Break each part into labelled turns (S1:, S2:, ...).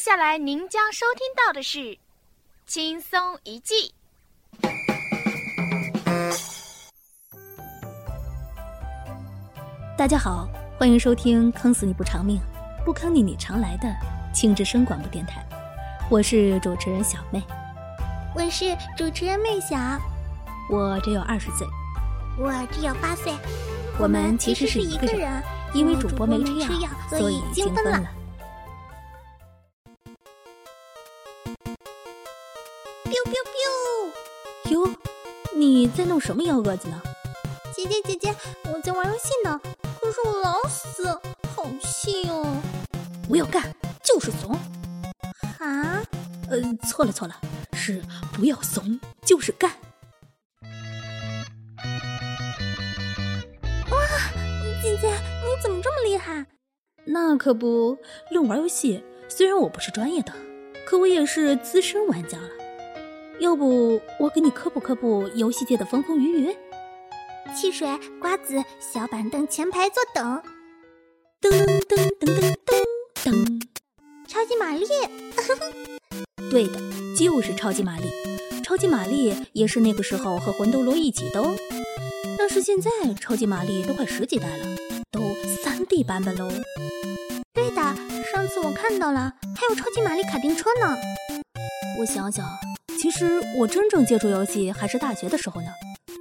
S1: 下来您将收听到的是《轻松一记》。
S2: 大家好，欢迎收听《坑死你不偿命，不坑你你常来》的庆之声广播电台，我是主持人小妹，
S3: 我是主持人妹小，
S2: 我只有二十岁，
S3: 我只有八岁，
S2: 我们其实是
S3: 一
S2: 一
S3: 个
S2: 个人，
S3: 人，
S2: 因为
S3: 主
S2: 主播没吃
S3: 药，
S2: 所
S3: 以
S2: 以
S3: 已
S2: 已
S3: 经
S2: 经
S3: 分
S2: 分
S3: 了。
S2: 了。
S3: biu biu biu！
S2: 哟，你在弄什么幺蛾子呢？
S3: 姐姐姐姐，我在玩游戏呢，可是我老死，好气哦！
S2: 不要干，就是怂。
S3: 啊，
S2: 呃，错了错了，是不要怂，就是干。
S3: 姐姐你怎么这么厉害？
S2: 那可不，论玩游戏，虽然我不是专业的，可我也是资深玩家了。要不我给你科普科普游戏界的风风雨雨？
S3: 汽水、瓜子、小板凳、前排坐等，
S2: 噔噔噔噔噔噔，
S3: 超级玛丽，
S2: 对的，就是超级玛丽。超级玛丽也是那个时候和魂斗罗一起的哦。但是现在超级玛丽都快十几代了，都三 D 版本喽。
S3: 对的，上次我看到了，还有超级玛丽卡丁车呢。
S2: 我想想，其实我真正接触游戏还是大学的时候呢。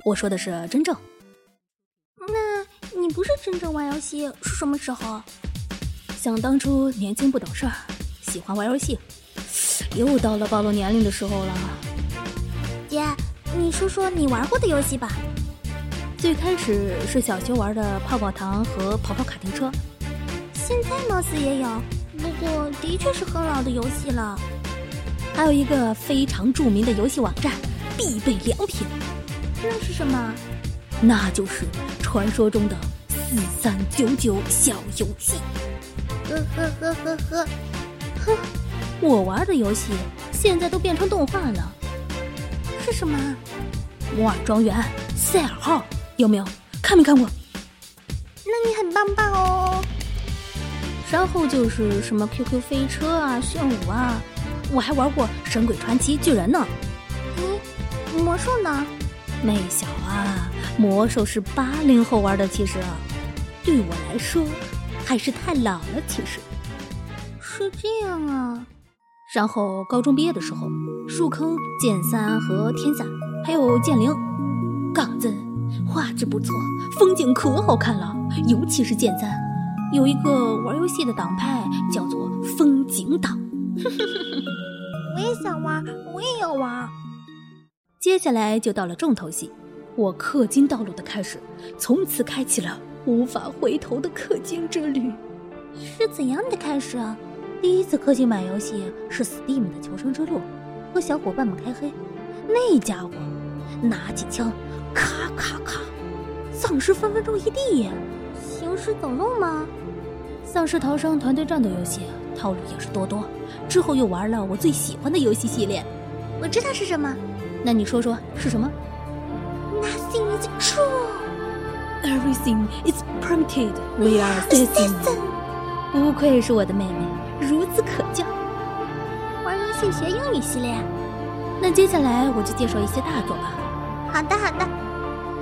S2: 我说的是真正。
S3: 那你不是真正玩游戏是什么时候？
S2: 想当初年轻不懂事儿，喜欢玩游戏，又到了暴露年龄的时候了。
S3: 姐，你说说你玩过的游戏吧。
S2: 最开始是小学玩的泡泡糖和跑跑卡丁车，
S3: 现在貌似也有，不过的确是很老的游戏了。
S2: 还有一个非常著名的游戏网站必备良品，
S3: 那是什么？
S2: 那就是传说中的四三九九小游戏。
S3: 呵呵呵呵呵，
S2: 我玩的游戏现在都变成动画了，
S3: 是什么？
S2: 摩尔庄园、赛尔号有没有？看没看过？
S3: 那你很棒棒哦。
S2: 然后就是什么 QQ 飞车啊、炫舞啊，我还玩过《神鬼传奇》巨人呢。
S3: 咦，魔兽呢？
S2: 妹小啊，魔兽是八零后玩的，其实啊，对我来说还是太老了。其实，
S3: 是这样啊。
S2: 然后高中毕业的时候，入坑剑三和天下，还有剑灵，杠子，画质不错，风景可好看了，尤其是剑三，有一个玩游戏的党派叫做风景党。
S3: 我也想玩，我也要玩。
S2: 接下来就到了重头戏，我氪金道路的开始，从此开启了无法回头的氪金之旅。
S3: 是怎样的开始啊？
S2: 第一次氪金买游戏是 Steam 的《求生之路》，和小伙伴们开黑，那家伙拿起枪，咔咔咔，丧尸分分钟一地呀！
S3: 行尸走肉吗？
S2: 丧尸逃生团队战斗游戏啊套路也是多多。之后又玩了我最喜欢的游戏系列，
S3: 我知道是什么。
S2: 那你说说是什么
S3: Nothing is true。
S2: ？Everything is permitted. We are citizens. 不愧是我的妹妹，孺子可教。
S3: 玩游戏学英语系列。
S2: 那接下来我就介绍一些大作吧。
S3: 好的好的，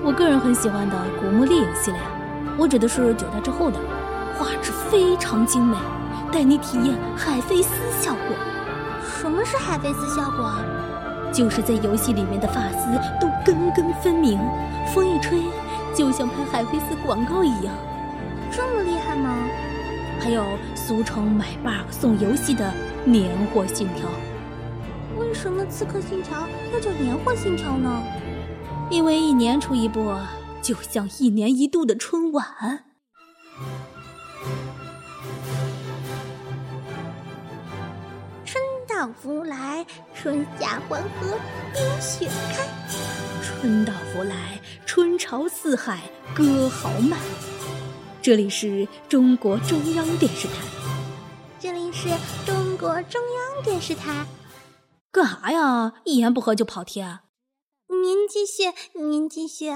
S2: 我个人很喜欢的《古墓丽影》系列，我指的是九代之后的，画质非常精美，带你体验海飞丝效果，
S3: 什么是海飞丝效果？啊
S2: 就是在游戏里面的发丝都根根分明，风一吹就像拍海飞丝广告一样。
S3: 这么厉害吗？
S2: 还有俗称买 bug 送游戏的年货信条，
S3: 为什么《刺客信条》要叫《年货信条》呢？
S2: 因为一年出一部，就像一年一度的春晚。
S3: 春到福来，春夏黄河，冰雪开。
S2: 春到福来，春潮四海，歌豪迈。这里是中国中央电视台，
S3: 这里是中国中央电视台。
S2: 干啥呀？一言不合就跑题啊？
S3: 您继续，您继续。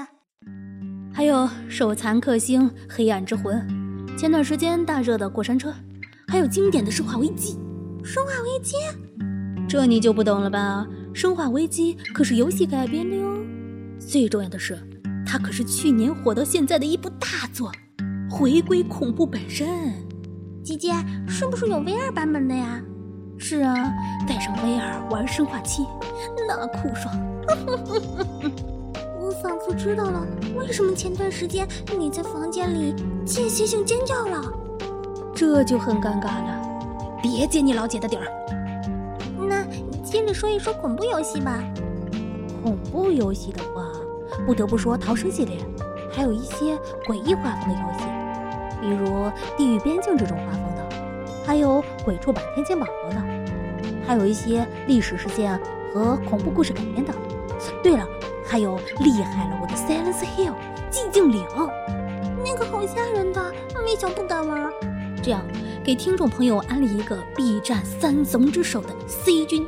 S2: 还有手残克星、黑暗之魂，前段时间大热的过山车，还有经典的生化危机，
S4: 生化危机
S2: 这你就不懂了吧？《生化危机》可是游戏改编的哟。最重要的是，它可是去年火到现在的一部大作，回归恐怖本身。
S4: 姐姐是不是有 VR 版本的呀？
S2: 是啊，带上 VR 玩《生化七》，那酷爽！
S4: 我仿佛知道了为什么前段时间你在房间里间歇性尖叫了。
S2: 这就很尴尬了。别揭你老姐的底儿。
S4: 那接着说一说恐怖游戏吧。
S2: 恐怖游戏的话，不得不说逃生系列，还有一些诡异画风的游戏，比如《地狱边境》这种画风的，还有《鬼畜版天线宝宝》的，还有一些历史事件和恐怖故事改编的。对了，还有厉害了我的《Silence Hill》寂静岭，
S4: 那个好吓人的，没想不啊敢玩。
S2: 这样给听众朋友安利一个 B 站三怂之首的 C 君，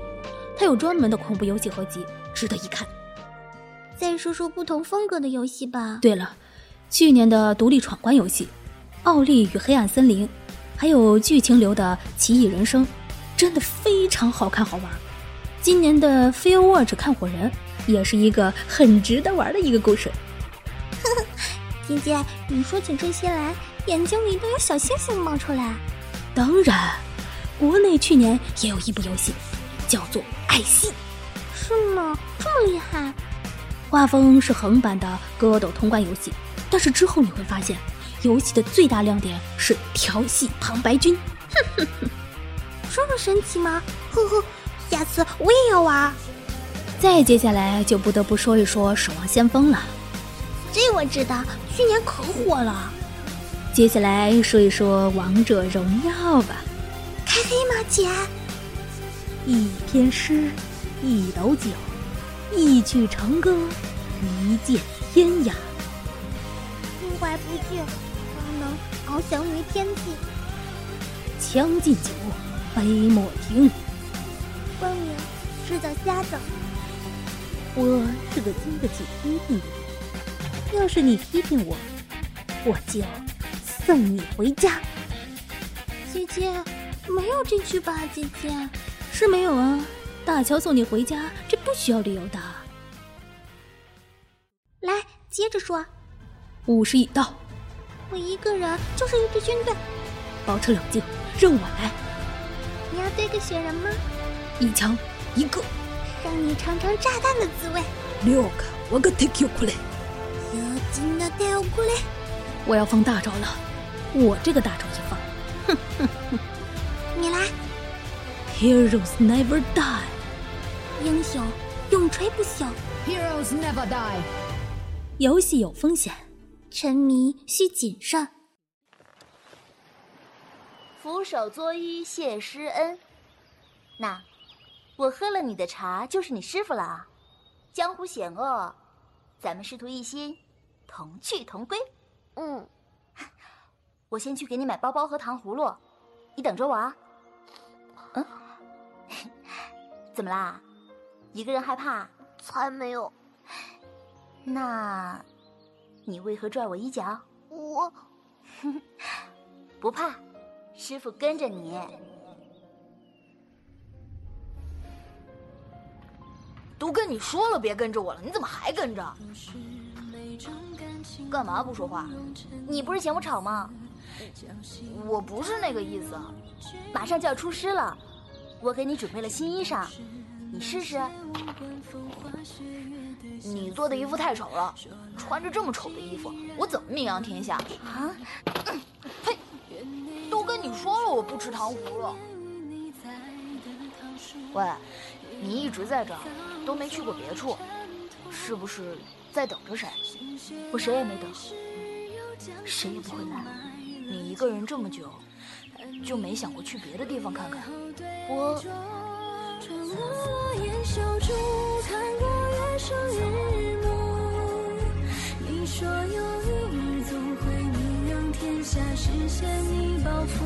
S2: 他有专门的恐怖游戏合集，值得一看。
S4: 再说说不同风格的游戏吧。
S2: 对了，去年的独立闯关游戏《奥利与黑暗森林》，还有剧情流的《奇异人生》，真的非常好看好玩。今年的《Firewatch 看火人》也是一个很值得玩的一个故事。
S4: 姐姐，你说起这些来，眼睛里都有小星星冒出来。
S2: 当然，国内去年也有一部游戏，叫做《爱戏》，
S4: 是吗？这么厉害？
S2: 画风是横版的格斗通关游戏。但是之后你会发现，游戏的最大亮点是调戏旁白君。
S4: 这么神奇吗？呵呵，下次我也要玩。
S2: 再接下来就不得不说一说《守望先锋》了。
S4: 这我知道，去年可火了。
S2: 接下来说一说《王者荣耀》吧。
S4: 开黑吗，姐？
S2: 一篇诗，一斗酒，一曲长歌，一剑天涯。
S4: 不怀不惧，方能翱翔于天际。
S2: 将进酒，杯莫停。
S4: 光明是走瞎子，
S2: 我是个经得起批评的人，要是你批评我，我就送你回家。
S4: 姐姐没有这句吧？姐姐，
S2: 是没有啊，大乔送你回家，这不需要理由的。
S4: 来接着说。
S2: 五十已到，
S4: 我一个人就是一支军队，
S2: 保持冷静，任我来。
S4: 你要堆个雪人吗？
S2: 一枪一个，
S4: 让你尝尝炸弹的滋味。
S2: 六个，我个 take you 过来。
S4: 有金的带我过来。
S2: 我要放大招了，我这个大招一放
S4: 你来，
S2: ，Heroes never die。
S4: 英雄永垂不朽，
S5: Heroes never die.
S2: 游戏有风险，
S4: 沉迷需谨慎。
S6: 俯首作揖，谢师恩。那，我喝了你的茶，就是你师傅了啊。江湖险恶，咱们师徒一心，同去同归。
S4: 嗯，
S6: 我先去给你买包包和糖葫芦，你等着我啊。嗯， 怎么啦？一个人害怕？
S4: 才没有，
S6: 那，你为何拽我衣角？
S4: 我
S6: 不怕，师傅跟着你。
S7: 都跟你说了别跟着我了，你怎么还跟着？
S6: 干嘛不说话？你不是嫌我吵吗？
S7: 我不是那个意思，
S6: 马上就要出师了，我给你准备了新衣裳，你试试。
S7: 你做的衣服太丑了，穿着这么丑的衣服，我怎么名扬天下啊？呸！都跟你说了我不吃糖葫芦。喂，你一直在这儿，都没去过别处，是不是在等着谁？
S6: 我谁也没等，
S2: 嗯
S7: 谁也不会来。你一个人这么久，就没想过去别的地方看看？
S6: 我
S3: 穿过落叶小处，看过月升日暮。你说有一日总会名扬天下，实现你抱负。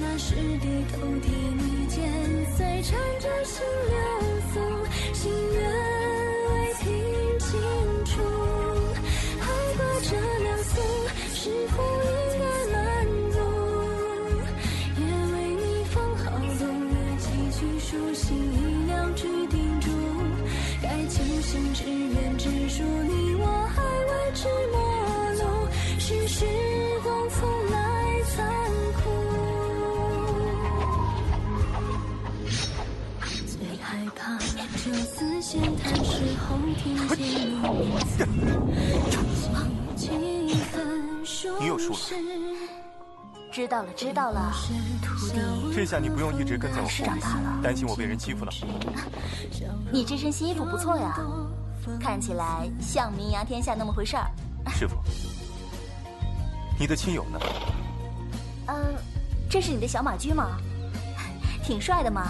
S3: 那时低头替你剪裁，缠着心流苏，心愿未听清楚。还挂着流苏，是否应该满足？也为你放好动。初心一样去叮嘱，该清醒只言直说，你我还未知陌路，是时光从来残酷。最害怕这次闲谈时候听见你名字，气氛说
S8: 你有数了
S3: 是
S6: 知道了，知道了。
S3: 徒弟，
S8: 这下你不用一直跟在我后
S6: 长大了
S8: 面，担心我被人欺负了。
S6: 你这身新衣服不错呀，
S8: 嗯
S6: 看起来像名扬天下那么回事儿。
S8: 师傅，你的亲友呢？
S6: 呃，这是你的小马驹吗？ 挺帅的嘛。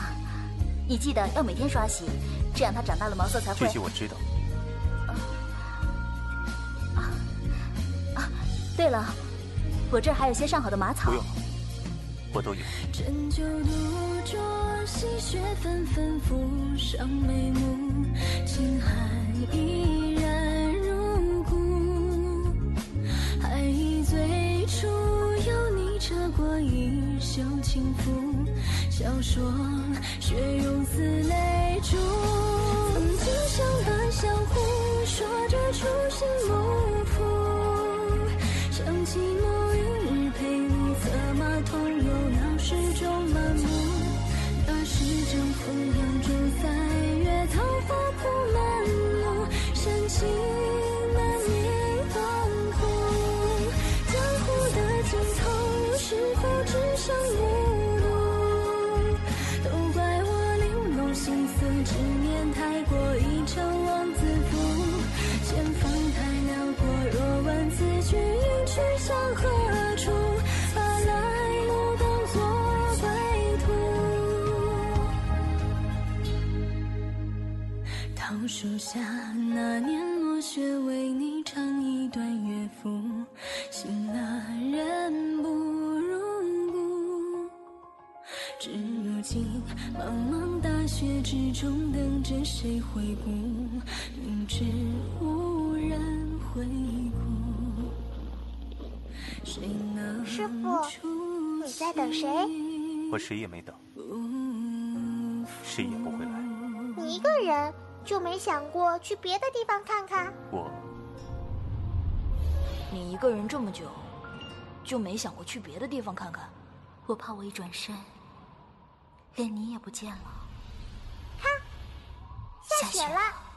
S6: 你记得要每天刷洗，这样它长大了毛色才
S8: 这
S6: 会
S8: 些。我知道。
S6: 对了，我这儿还有些上好的马草
S8: 不。用了，我都有。
S3: 针灸独酌，细雪纷纷浮上眉目，情海依然如故。还忆最初有你扯过一袖轻拂，笑说血涌似泪珠。曾经相伴相护，说着初心不负。想起某一日陪你策马同游闹市中漫步，那时正逢扬州三月，桃花铺满路，深情难以忘乎。江湖的尽头是否只剩陌路？都怪我玲珑心思，只念太过一城望自负。前方太辽阔，若问此去应去向何处？把来路当作归途。桃树下那年落雪，为你唱一段乐府，醒了人不如故。至如今，茫茫大雪之中，等着谁回顾？明知无人回顾，谁能
S4: 师傅
S3: 出
S4: 你在等谁
S3: 其
S8: 我谁也没等，
S3: 不
S8: 谁也不会来。
S4: 你一个人就没想过去别的地方看看？
S8: 我
S7: 你一个人这么久，就没想过去别的地方看看？
S6: 我怕我一转身，连你也不见了。
S4: 下雪了，